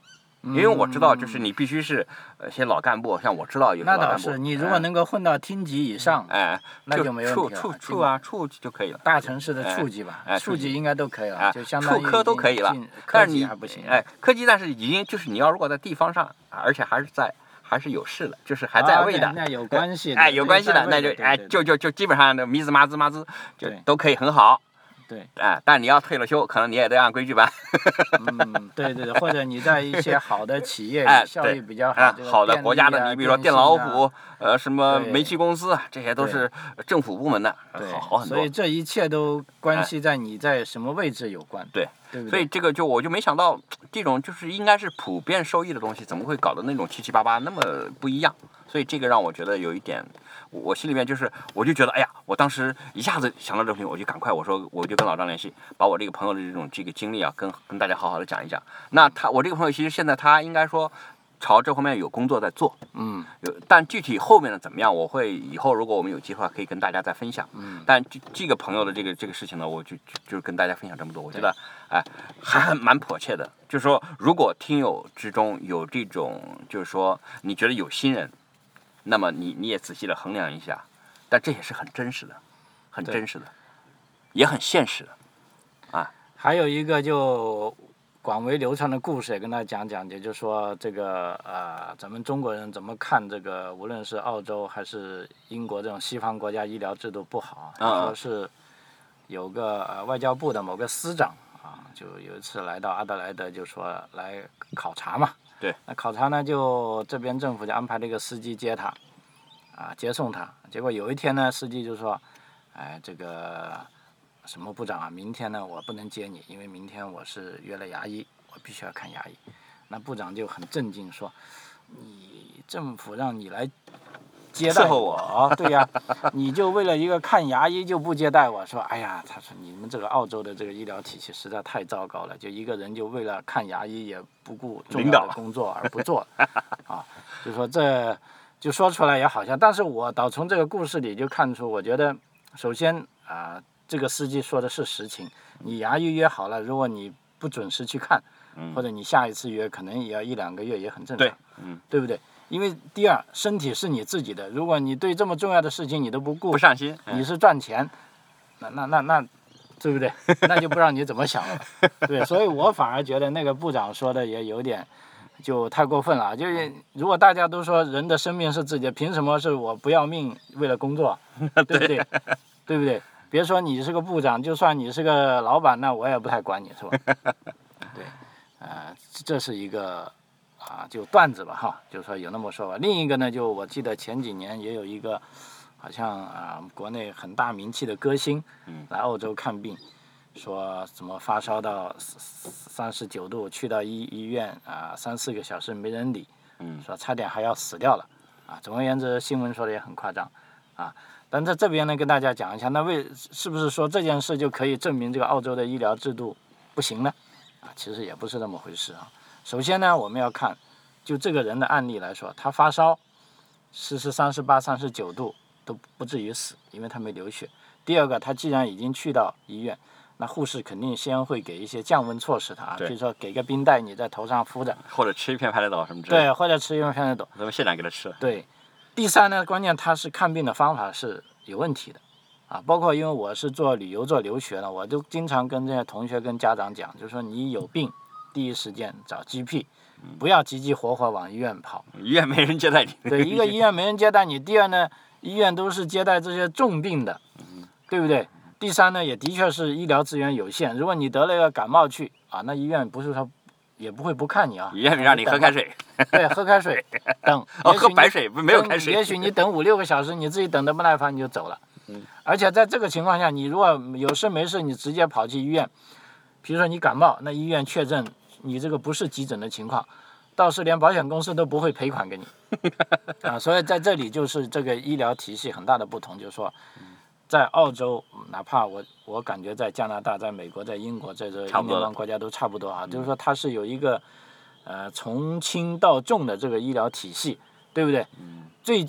Speaker 1: 嗯，
Speaker 2: 因为我知道，就是你必须是呃，些老干部，像我知道有些
Speaker 1: 嗯那
Speaker 2: 老
Speaker 1: 倒
Speaker 2: 干部，
Speaker 1: 是，你如果能够混到厅级以上，
Speaker 2: 哎，
Speaker 1: 那
Speaker 2: 就
Speaker 1: 就没问
Speaker 2: 处
Speaker 1: 题了
Speaker 2: 处
Speaker 1: 基
Speaker 2: 处啊处就可以了。
Speaker 1: 大城市的处级吧，
Speaker 2: 哎
Speaker 1: 处级应该都可以了，
Speaker 2: 哎
Speaker 1: 就相当于
Speaker 2: 处科都
Speaker 1: 已经
Speaker 2: 可以了
Speaker 1: 进
Speaker 2: 但
Speaker 1: 科
Speaker 2: 是
Speaker 1: 级
Speaker 2: 你
Speaker 1: 还不行。
Speaker 2: 哎，科技但是已经就是你要如果在地方上，啊而且还是在还是有势的，就是还在
Speaker 1: 啊
Speaker 2: 位
Speaker 1: 那
Speaker 2: 的，
Speaker 1: 那 有关系的，
Speaker 2: 哎，有关系的，
Speaker 1: 这
Speaker 2: 那
Speaker 1: 个在位
Speaker 2: 就
Speaker 1: 对
Speaker 2: 哎，
Speaker 1: 对
Speaker 2: 就就就基本上那咪滋嘛滋嘛滋，就
Speaker 1: 对
Speaker 2: 都可以很好。
Speaker 1: 对，
Speaker 2: 哎，但你要退了休，可能你也得按规矩办。
Speaker 1: 嗯，对对对，或者你在一些好的企业
Speaker 2: 哎
Speaker 1: 里效率
Speaker 2: 对
Speaker 1: 比较
Speaker 2: 啊
Speaker 1: 好，这，个
Speaker 2: 好的
Speaker 1: 电
Speaker 2: 国
Speaker 1: 力
Speaker 2: 家
Speaker 1: 啊
Speaker 2: 的，你比如说
Speaker 1: 电
Speaker 2: 电
Speaker 1: 信
Speaker 2: 老
Speaker 1: 啊
Speaker 2: 虎，呃，什么
Speaker 1: 对
Speaker 2: 煤气公司，这些都
Speaker 1: 对
Speaker 2: 是政府部门的，
Speaker 1: 对
Speaker 2: 好好很多
Speaker 1: 所以。这一切都
Speaker 2: 哎
Speaker 1: 关系在你在什么位置有关，
Speaker 2: 对
Speaker 1: 对不
Speaker 2: 所以
Speaker 1: 对？
Speaker 2: 这个就我就没想到，这种就是应该是普遍受益的东西，怎么会搞得那种七七八八那么不一样？所以这个让我觉得有一点，我我心里面就是，我就觉得，哎呀，我当时一下子想到这个问题，我就赶快我说，我就跟老张联系，把我这个朋友的这种这个经历啊，跟跟大家好好的讲一讲。那他我这个朋友其实现在他应该说朝这方面有工作在做，
Speaker 1: 嗯
Speaker 2: 有，但具体后面的怎么样，我会以后如果我们有计划可以跟大家再分享。
Speaker 1: 嗯，
Speaker 2: 但这这个朋友的这个这个事情呢，我就就就跟大家分享这么多，我觉得哎还很蛮迫切的。就是说，如果听友之中有这种，就是说你觉得有新人，那么你你也仔细的衡量一下，但这也是很真实的，很
Speaker 1: 对
Speaker 2: 真实的，也很现实的。
Speaker 1: 还有一个就广为流传的故事也跟大家讲讲，也就是说这个呃，咱们中国人怎么看这个，无论是澳洲还是英国这种西方国家医疗制度不好，啊
Speaker 2: 嗯嗯
Speaker 1: 说是有个呃外交部的某个司长啊，就有一次来到阿德莱德，就说来考察嘛。
Speaker 2: 对。
Speaker 1: 那考察呢，就这边政府就安排了一个司机接他，啊，接送他。结果有一天呢，司机就说，哎，这个什么部长啊，明天呢我不能接你，因为明天我是约了牙医，我必须要看牙医。那部长就很震惊说：“你政府让你来接待
Speaker 2: 伺候
Speaker 1: 我，啊对呀、你就为了一个看牙医就不接待我？说，哎呀，他说你们这个澳洲的这个医疗体系实在太糟糕了，就一个人就为了看牙医也不顾重
Speaker 2: 领
Speaker 1: 要
Speaker 2: 导
Speaker 1: 的工作而不做啊，就说这就说出来也好像，但是我倒从这个故事里就看出，我觉得首先啊、这个司机说的是实情，你牙医约好了，如果你不准时去看，
Speaker 2: 嗯
Speaker 1: 或者你下一次约可能也要一两个月，也很正常，
Speaker 2: 对嗯，
Speaker 1: 对不对？因为第二，身体是你自己的，如果你对这么重要的事情你都不顾，
Speaker 2: 不上心，
Speaker 1: 你
Speaker 2: 嗯
Speaker 1: 是赚钱，那那那那，对不对？ 那就不知道你怎么想了。对，所以我反而觉得那个部长说的也有点，就太过分了啊。就是如果大家都说人的生命是自己的，凭什么是我不要命为了工作，对不对？对不对？别说你是个部长，就算你是个老板，那我也不太管你是吧？对，呃，这是一个啊，就段子吧哈，就说有那么说吧。另一个呢，就我记得前几年也有一个。好像啊、国内很大名气的歌星，
Speaker 2: 嗯
Speaker 1: 来澳洲看病，说怎么发烧到三十九度，去到医医院啊、三四个小时没人理，
Speaker 2: 嗯
Speaker 1: 说差点还要死掉了，啊，总而言之，新闻说的也很夸张，啊，但在这边呢，跟大家讲一下，那为是不是说这件事就可以证明这个澳洲的医疗制度不行呢？啊，其实也不是那么回事啊。首先呢，我们要看，就这个人的案例来说，他发烧，是是三十八、三十九度都不至于死，因为他没流血。第二个，他既然已经去到医院，那护士肯定先会给一些降温措施他啊，比
Speaker 2: 对
Speaker 1: 如说给个冰袋你在头上敷着，
Speaker 2: 或者吃一片排列岛什么之类的，
Speaker 1: 对，或者吃用片的抖。
Speaker 2: 咱们现场给他吃了，
Speaker 1: 对，第三呢，关键他是看病的方法是有问题的，啊，包括因为我是做旅游做留学的，我就经常跟这些同学跟家长讲，就说你有病，第一时间找 GP，不要急急火火往医院跑。
Speaker 2: 医院没人接待 你，
Speaker 1: 对，一个医院没人接待你，第二呢，医院都是接待这些重病的，
Speaker 2: 嗯
Speaker 1: 对不对？第三呢，也的确是医疗资源有限，如果你得了一个感冒去啊，那医院不是说也不会不看 你啊，
Speaker 2: 医院没让你喝开水，
Speaker 1: 对，喝开 水，等，
Speaker 2: 哦，
Speaker 1: 也
Speaker 2: 喝
Speaker 1: 许
Speaker 2: 白
Speaker 1: 你
Speaker 2: 水不没有
Speaker 1: 等
Speaker 2: 开水，
Speaker 1: 也许你等五六个小时，你自己等的不耐烦你就走了。
Speaker 2: 嗯
Speaker 1: 而且在这个情况下，你如果有事没事，你直接跑去医院，比如说你感冒，那医院确诊你这个不是急诊的情况，倒是连保险公司都不会赔款 给你。啊，所以在这里就是这个医疗体系很大的不同，就是说，在澳洲，哪怕我我感觉在加拿大、在美国、在英国在这
Speaker 2: 差
Speaker 1: 英
Speaker 2: 不多嗯
Speaker 1: 联邦
Speaker 2: 了
Speaker 1: 国家都差不多啊，就是说它是有一个呃从轻到重的这个医疗体系，对不对？
Speaker 2: 嗯
Speaker 1: 最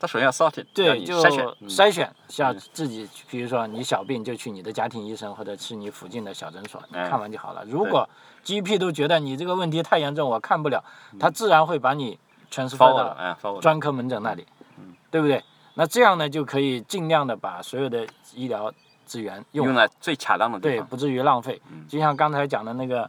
Speaker 2: 他首先要 sorted，让
Speaker 1: 对，
Speaker 2: 你
Speaker 1: 就
Speaker 2: 筛选，嗯
Speaker 1: 筛选像自己，比如说你小病就去你的家庭医生，或者去你附近的小诊所，你
Speaker 2: 哎
Speaker 1: 看完就好了。如果 GP 都觉得你这个问题太严重，我看不了，他
Speaker 2: 嗯
Speaker 1: 自然会把你 transfer
Speaker 2: 发我
Speaker 1: 到
Speaker 2: 了，哎，发我了，
Speaker 1: 专科门诊那里，
Speaker 2: 嗯
Speaker 1: 对不对？那这样呢，就可以尽量的把所有的医疗资源用
Speaker 2: 用在最恰当的地
Speaker 1: 对，
Speaker 2: 方，
Speaker 1: 不至于浪费。
Speaker 2: 嗯
Speaker 1: 就像刚才讲的那个，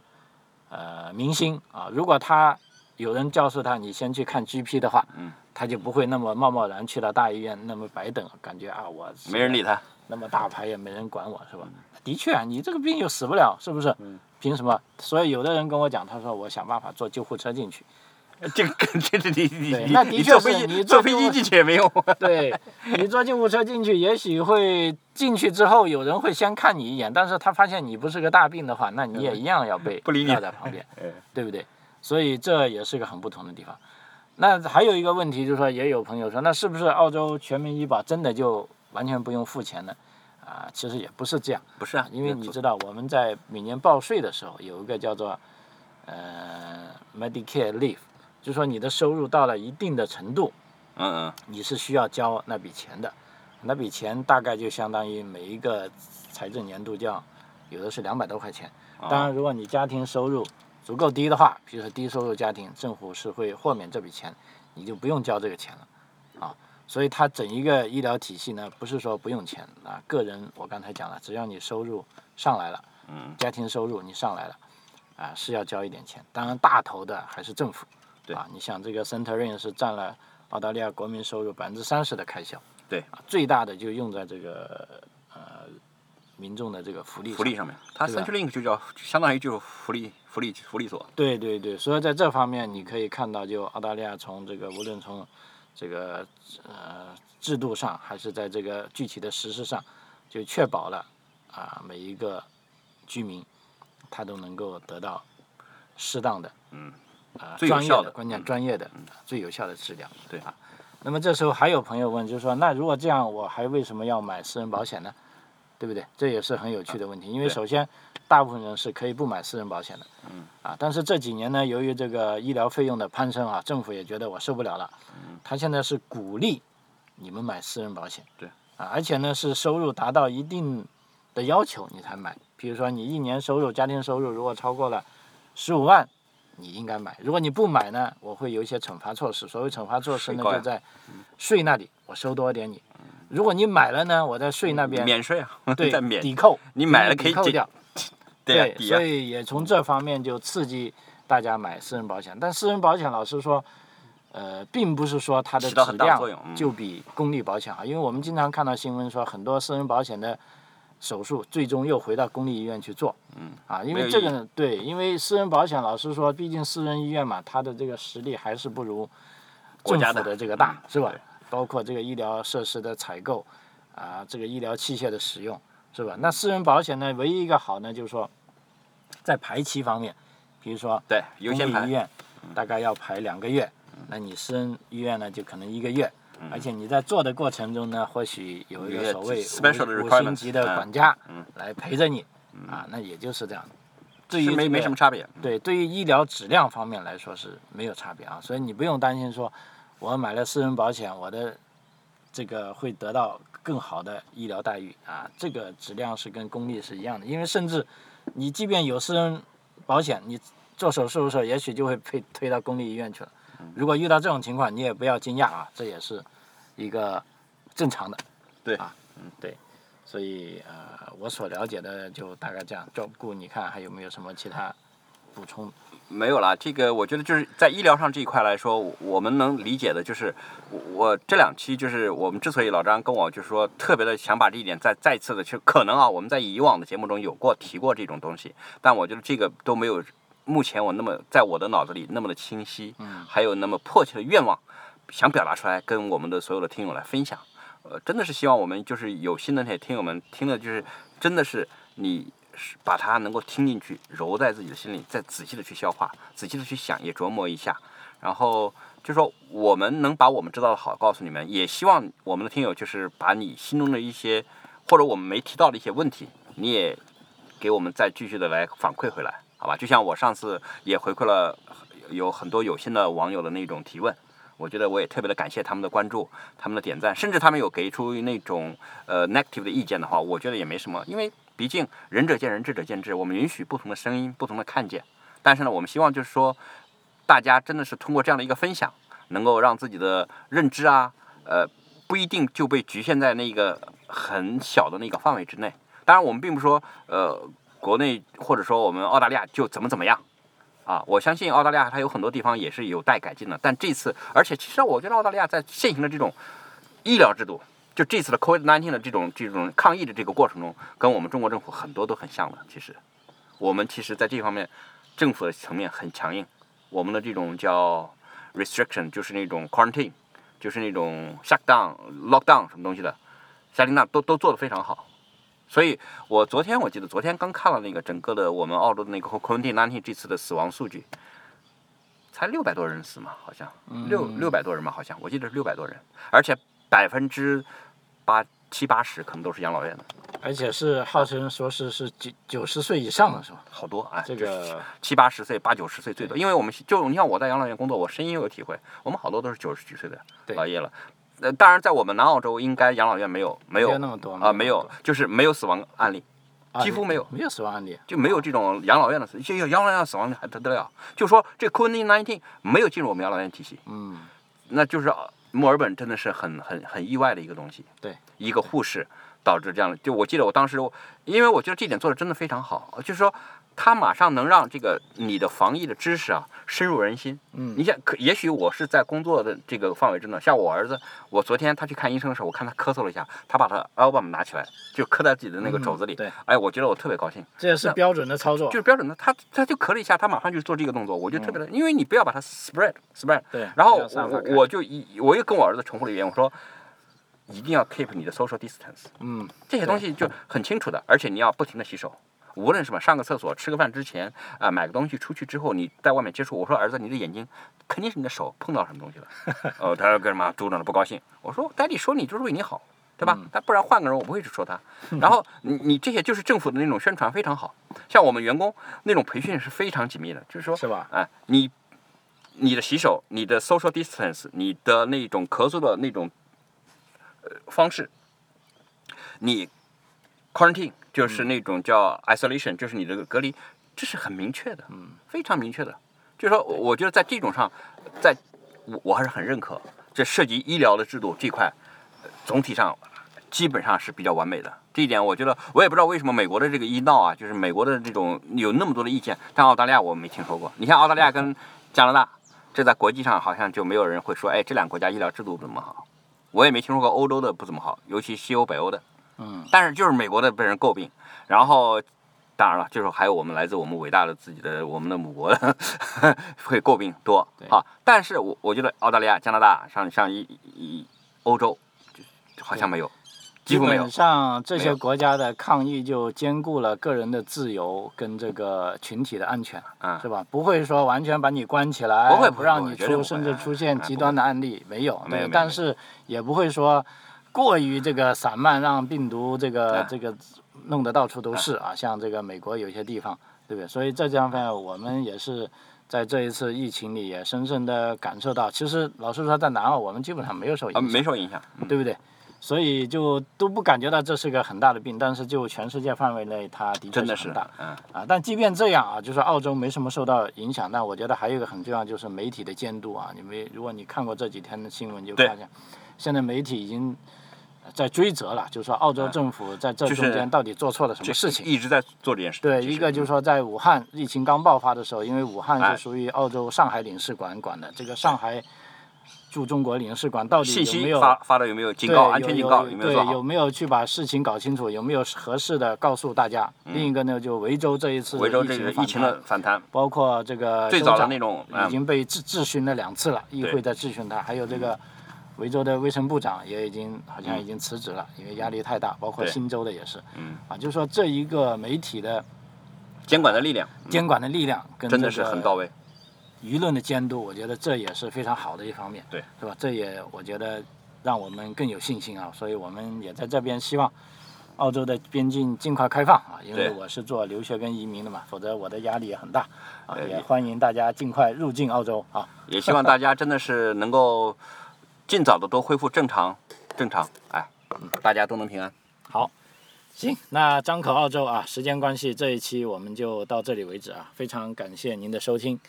Speaker 1: 呃，明星啊，如果他有人告诉他你先去看 GP 的话，
Speaker 2: 嗯
Speaker 1: 他就不会那么贸贸然去到大医院，那么白等，感觉啊我
Speaker 2: 没人 理，他，嗯
Speaker 1: 那么大牌也没人管我是吧？的确、啊，你这个病又死不了，是不是？凭什么？所以有的人跟我讲，他说我想办法坐救护车进去。
Speaker 2: 这个这这你你
Speaker 1: 对
Speaker 2: 你
Speaker 1: 那的
Speaker 2: 你
Speaker 1: 确
Speaker 2: 坐
Speaker 1: 是
Speaker 2: 飞机
Speaker 1: 你
Speaker 2: 坐
Speaker 1: 坐
Speaker 2: 飞
Speaker 1: 中
Speaker 2: 机进去也没用，
Speaker 1: 对你坐救护车进去，也许会进去之后有人会先看你一眼，但是他发现你不是个大病的话，那你也一样要被
Speaker 2: 嗯不理你
Speaker 1: 撂在旁 边
Speaker 2: 哎，
Speaker 1: 对不对？所以这也是个很不同的地方。那还有一个问题就是说，也有朋友说，那是不是澳洲全民医保真的就完全不用付钱呢？啊、其实也不是这样，
Speaker 2: 不是啊，
Speaker 1: 因为你知道我们在每年报税的时候有一个叫做呃 Medicare Leave，就说你的收入到了一定的程度，
Speaker 2: 嗯嗯，
Speaker 1: 你是需要交那笔钱的，那笔钱大概就相当于每一个财政年度交，有的是两百多块钱。
Speaker 2: 哦
Speaker 1: 当然，如果你家庭收入足够低的话，比如说低收入家庭，政府是会豁免这笔钱，你就不用交这个钱了，啊，所以它整一个医疗体系呢，不是说不用钱啊，个人我刚才讲了，只要你收入上来了，
Speaker 2: 嗯，
Speaker 1: 家庭收入你上来了，啊，是要交一点钱，当然大头的还是政府，
Speaker 2: 对
Speaker 1: 啊，你想这个 Centering 是占了澳大利亚国民收入百分之三十的开销，
Speaker 2: 对
Speaker 1: 啊，最大的就用在这个呃民众的这个福利
Speaker 2: 福
Speaker 1: 上
Speaker 2: 利上面，它
Speaker 1: 对吧
Speaker 2: Centrelink 就叫相当于就是福利福利福利所，
Speaker 1: 对对对，所以在这方面你可以看到，就澳大利亚从这个无论从这个呃制度上，还是在这个具体的实施上，就确保了啊、每一个居民他都能够得到适当的
Speaker 2: 嗯
Speaker 1: 啊、
Speaker 2: 最有
Speaker 1: 专业
Speaker 2: 效
Speaker 1: 的
Speaker 2: 的
Speaker 1: 关键
Speaker 2: 嗯
Speaker 1: 专业的、最有效的治疗。
Speaker 2: 对
Speaker 1: 啊，那么这时候还有朋友问，就是说那如果这样，我还为什么要买私人保险呢？对不对？这也是很有趣的问题，因为
Speaker 2: 啊对嗯
Speaker 1: 首先大部分人是可以不买私人保险的。啊，但是这几年呢，由于这个医疗费用的攀升啊，政府也觉得我受不了了，他现在是鼓励你们买私人保险，
Speaker 2: 对，
Speaker 1: 啊，而且呢是收入达到一定的要求你才买，比如说你一年收入家庭收入如果超过了十五万，你应该买。如果你不买呢，我会有一些惩罚措施。所谓惩罚措施呢，
Speaker 2: 税高呀
Speaker 1: 就在税那里，我收多一点你。如果你买了呢，我在税那边
Speaker 2: 免税啊，
Speaker 1: 对
Speaker 2: 再免，
Speaker 1: 抵扣，
Speaker 2: 你买了可
Speaker 1: 抵
Speaker 2: 以
Speaker 1: 扣
Speaker 2: 减，
Speaker 1: 掉。
Speaker 2: 对啊嗯呀，抵呀
Speaker 1: 所，以也从这方面就刺激大家买私人保险。但私人保险老实说，呃，并不是说它的
Speaker 2: 起到
Speaker 1: 质
Speaker 2: 很大
Speaker 1: 量
Speaker 2: 作用嗯
Speaker 1: 就比公立保险好，因为我们经常看到新闻说很多私人保险的手术最终又回到公立医院去做。
Speaker 2: 嗯。
Speaker 1: 啊，因
Speaker 2: 没有
Speaker 1: 为
Speaker 2: 意
Speaker 1: 这个对，因为私人保险老实说，毕竟私人医院嘛，它的这个实力还是不如
Speaker 2: 国
Speaker 1: 政
Speaker 2: 家
Speaker 1: 府
Speaker 2: 的嗯
Speaker 1: 的这个大，是吧
Speaker 2: 对？
Speaker 1: 包括这个医疗设施的采购，啊、这个医疗器械的使用，是吧？那私人保险呢，唯一一个好呢，就是说，在排期方面，比如说
Speaker 2: 对，优
Speaker 1: 公
Speaker 2: 先
Speaker 1: 立医
Speaker 2: 排，嗯
Speaker 1: 院大概要排两个月，那你私人医院呢，就可能一个月。而且你在做的过程中呢，或许有一
Speaker 2: 嗯有一
Speaker 1: 个
Speaker 2: 个
Speaker 1: 所谓
Speaker 2: special 的
Speaker 1: 五五
Speaker 2: requirements，
Speaker 1: 星级的
Speaker 2: 嗯
Speaker 1: 管家
Speaker 2: 嗯
Speaker 1: 来陪着你，啊，那也就是这样。对
Speaker 2: 其
Speaker 1: 于
Speaker 2: 实没
Speaker 1: 这
Speaker 2: 没
Speaker 1: 个
Speaker 2: 什么差别。
Speaker 1: 对，对于医疗质量方面来说是没有差别啊，所以你不用担心说，我买了私人保险，我的这个会得到更好的医疗待遇啊，这个质量是跟公立是一样的，因为甚至你即便有私人保险，你做手术的时候也许就会被推到公立医院去了。如果遇到这种情况，你也不要惊讶啊，这也是一个正常的。
Speaker 2: 对
Speaker 1: 啊，嗯，对，所以呃，我所了解的就大概这样。照顾你看还有没有什么其他补充？
Speaker 2: 没有啦，这个我觉得就是在医疗上这一块来说，我我们能理解的就是，我我这两期就是我们之所以老张跟我就是说特别的想把这一点再再次的去，可能啊我们在以往的节目中有过提过这种东西，但我觉得这个都没有目前我那么在我的脑子里那么的清晰，
Speaker 1: 嗯
Speaker 2: 还有那么迫切的愿望想表达出来，跟我们的所有的听友来分享。呃，真的是希望我们就是有心的那些听友们听了，就是真的是你是把它能够听进去，揉在自己的心里，再仔细的去消化，仔细的去想，也琢磨一下。然后就说我们能把我们知道的好告诉你们，也希望我们的听友就是把你心中的一些或者我们没提到的一些问题，你也给我们再继续的来反馈回来，好吧？就像我上次也回馈了有很多有心的网友的那种提问。我觉得我也特别的感谢他们的关注，他们的点赞，甚至他们有给出那种呃 negative 的意见的话，我觉得也没什么，因为毕竟仁者见仁，智者见智，我们允许不同的声音、不同的看见。但是呢，我们希望就是说，大家真的是通过这样的一个分享，能够让自己的认知啊，呃，不一定就被局限在那个很小的那个范围之内。当然，我们并不说呃，国内或者说我们澳大利亚就怎么怎么样。啊，我相信澳大利亚它有很多地方也是有待改进的，但这次，而且其实我觉得澳大利亚在现行的这种医疗制度，就这次的 COVID-19 的这种这种抗疫的这个过程中，跟我们中国政府很多都很像的。其实，我们其实在这方面，政府的层面很强硬，我们的这种叫 restriction，就是那种 quarantine，就是那种 shutdown、lockdown 什么东西的，夏琳娜都都做得非常好。所以我昨天我记得昨天刚看了那个整个的我们澳洲的那个 COVID-19 这次的死亡数据，才六百多人死嘛，好像六六百多人嘛，好像我记得是六百多人，而且百分之八七八十可能都是养老院的，
Speaker 1: 而且是号称说是是九九十岁以上的是吧？
Speaker 2: 好多哎，
Speaker 1: 这
Speaker 2: 就是
Speaker 1: 个
Speaker 2: 七八十岁、八九十岁最多，因为我们就你像我在养老院工作，我深有体会，我们好多都是九十几岁的
Speaker 1: 对
Speaker 2: 老爷了。呃，当然，在我们南澳洲，应该养老院没有
Speaker 1: 没
Speaker 2: 没有
Speaker 1: 那么多
Speaker 2: 啊、没有，就是没有死亡案例，
Speaker 1: 啊
Speaker 2: 几乎没有
Speaker 1: 没有死亡案例。
Speaker 2: 就没有这种养老院的死，就有养老院死亡率还得得了。就说这 COVID-19 没有进入我们养老院体系，
Speaker 1: 嗯，
Speaker 2: 那就是呃墨尔本真的是很很很意外的一个东西。
Speaker 1: 对，
Speaker 2: 一个护士导致这样的，就我记得我当时我，因为我觉得这点做的真的非常好，就是说他马上能让这个你的防疫的知识啊深入人心。
Speaker 1: 嗯
Speaker 2: 你想，可也许我是在工作的这个范围之内，像我儿子，我昨天他去看医生的时候，我看他咳嗽了一下，他把他 album 拿起来就磕在自己的那个肘子里，
Speaker 1: 嗯对
Speaker 2: 哎，我觉得我特别高兴。
Speaker 1: 这也是标准的操作
Speaker 2: 就。是标准的，他他就咳了一下，他马上就做这个动作，我就特
Speaker 1: 嗯
Speaker 2: 别的，因为你不要把它 spread spread。
Speaker 1: 对
Speaker 2: 然后
Speaker 1: 不要散发
Speaker 2: 我
Speaker 1: 开
Speaker 2: 我就一我又跟我儿子重复了一遍，我说一定要 keep 你的 social distance，
Speaker 1: 嗯，
Speaker 2: 这些东西就很清楚的，而且你要不停的洗手。无论什么，上个厕所、吃个饭之前，啊、买个东西，出去之后，你在外面接触，我说儿子，你的眼睛肯定是你的手碰到什么东西了。哦，他说干嘛？朱长了不高兴。我说，daddy 说你就是为你好，对吧？但不然换个人我不会去说他。然后你你这些就是政府的那种宣传非常好，像我们员工那种培训是非常紧密的，就是说，
Speaker 1: 是吧？
Speaker 2: 哎，你你的洗手、你的 social distance、你的那种咳嗽的那种呃方式，你 quarantine 就是那种叫 isolation，就是你的隔离，这是很明确的，非常明确的。就是说，我觉得在这种上，在我我还是很认可，这涉及医疗的制度这块，呃总体上基本上是比较完美的。这一点，我觉得我也不知道为什么美国的这个医闹啊，就是美国的这种有那么多的意见，但澳大利亚我没听说过。你像澳大利亚跟加拿大，这在国际上好像就没有人会说，哎，这两个国家医疗制度不怎么好。我也没听说过欧洲的不怎么好，尤其西欧、北欧的。
Speaker 1: 嗯，
Speaker 2: 但是就是美国的被人诟病，然后当然了，就是还有我们来自我们伟大的自己的我们的母国 的会诟病多
Speaker 1: 对
Speaker 2: 啊。但是我我觉得澳大利亚、加拿大像像一一欧洲，就好像没有，几
Speaker 1: 基
Speaker 2: 乎没有
Speaker 1: 本。上这
Speaker 2: 没
Speaker 1: 些
Speaker 2: 有
Speaker 1: 国家的抗议就兼顾了个人的自由跟这个群体的安全，
Speaker 2: 嗯
Speaker 1: 是吧？不会说完全把你关起来，
Speaker 2: 不会不
Speaker 1: 不
Speaker 2: 会
Speaker 1: 让
Speaker 2: 不会
Speaker 1: 你
Speaker 2: 绝对
Speaker 1: 出，
Speaker 2: 不会
Speaker 1: 甚至
Speaker 2: 啊
Speaker 1: 出
Speaker 2: 啊
Speaker 1: 现
Speaker 2: 不
Speaker 1: 极
Speaker 2: 会
Speaker 1: 端的案例没有，
Speaker 2: 没有
Speaker 1: 对
Speaker 2: 没有
Speaker 1: 但
Speaker 2: 没
Speaker 1: 是也不会说过于这个散漫，让病毒这个
Speaker 2: 啊
Speaker 1: 这个弄得到处都是啊，像这个美国有些地方，对不对？所以这方面我们也是。在这一次疫情里，也深深的感受到，其实老实说，在南澳我们基本上没有受影
Speaker 2: 啊，
Speaker 1: 响，
Speaker 2: 没受影响。嗯
Speaker 1: 对不对？所以就都不感觉到这是个很大的病，但是就全世界范围内，它的
Speaker 2: 真
Speaker 1: 确
Speaker 2: 的
Speaker 1: 是
Speaker 2: 是
Speaker 1: 很大，
Speaker 2: 嗯，
Speaker 1: 啊。但即便这样啊，就是澳洲没什么受到影响，但我觉得还有一个很重要就是媒体的监督啊。你们如果你看过这几天的新闻，就
Speaker 2: 对
Speaker 1: 发现现在媒体已经在追责了，就是说澳洲政府在这
Speaker 2: 嗯就
Speaker 1: 中
Speaker 2: 是
Speaker 1: 间到底做错了什
Speaker 2: 就
Speaker 1: 么事情。
Speaker 2: 一直在做这件事。
Speaker 1: 对，
Speaker 2: 其实
Speaker 1: 一个就是说，在武汉疫情刚爆发的时候，因为武汉
Speaker 2: 哎
Speaker 1: 是属于澳洲上海领事馆管的，这个上海驻中国领事馆到底
Speaker 2: 信
Speaker 1: 有没
Speaker 2: 息
Speaker 1: 有
Speaker 2: 发发的有没有警
Speaker 1: 对，
Speaker 2: 告、安全警告
Speaker 1: 有
Speaker 2: 没有做
Speaker 1: 对，
Speaker 2: 好
Speaker 1: 有？没有去把事情搞清楚？有没有合适的告诉大家？另一个呢，就维州这一次
Speaker 2: 嗯维州
Speaker 1: 疫
Speaker 2: 这
Speaker 1: 情
Speaker 2: 个
Speaker 1: 反
Speaker 2: 疫情
Speaker 1: 弹
Speaker 2: 的反弹，
Speaker 1: 包括这个
Speaker 2: 最
Speaker 1: 州
Speaker 2: 早的
Speaker 1: 长
Speaker 2: 那种嗯
Speaker 1: 已经被质质询了两次了，议
Speaker 2: 对
Speaker 1: 会在质询他，还有这个维州的卫生部长也已经好像已经辞职了，因为压力太大，包括
Speaker 2: 嗯对
Speaker 1: 新州的也是，
Speaker 2: 嗯
Speaker 1: 啊，就是说这一个媒体的
Speaker 2: 监管的力量
Speaker 1: 监管的力量跟
Speaker 2: 真的
Speaker 1: 这
Speaker 2: 是
Speaker 1: 个
Speaker 2: 很到位。
Speaker 1: 舆论的监督，我觉得这也是非常好的一方面，
Speaker 2: 对，
Speaker 1: 是吧？这也我觉得让我们更有信心啊，所以我们也在这边希望澳洲的边境尽快开放啊，因为
Speaker 2: 对
Speaker 1: 我是做留学跟移民的嘛，否则我的压力也很大啊，
Speaker 2: 呃
Speaker 1: 也欢迎大家尽快入境澳洲啊，
Speaker 2: 也希望大家真的是能够尽早的都恢复正常，正常，哎，大家都能平安。
Speaker 1: 好。行，那张口澳洲啊，时间关系，这一期我们就到这里为止啊。非常感谢您的收听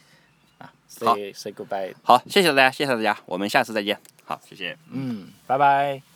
Speaker 1: 啊，say say goodbye，
Speaker 2: 好，谢谢大家，谢谢大家，我们下次再见。好，谢谢。
Speaker 1: 嗯，拜拜。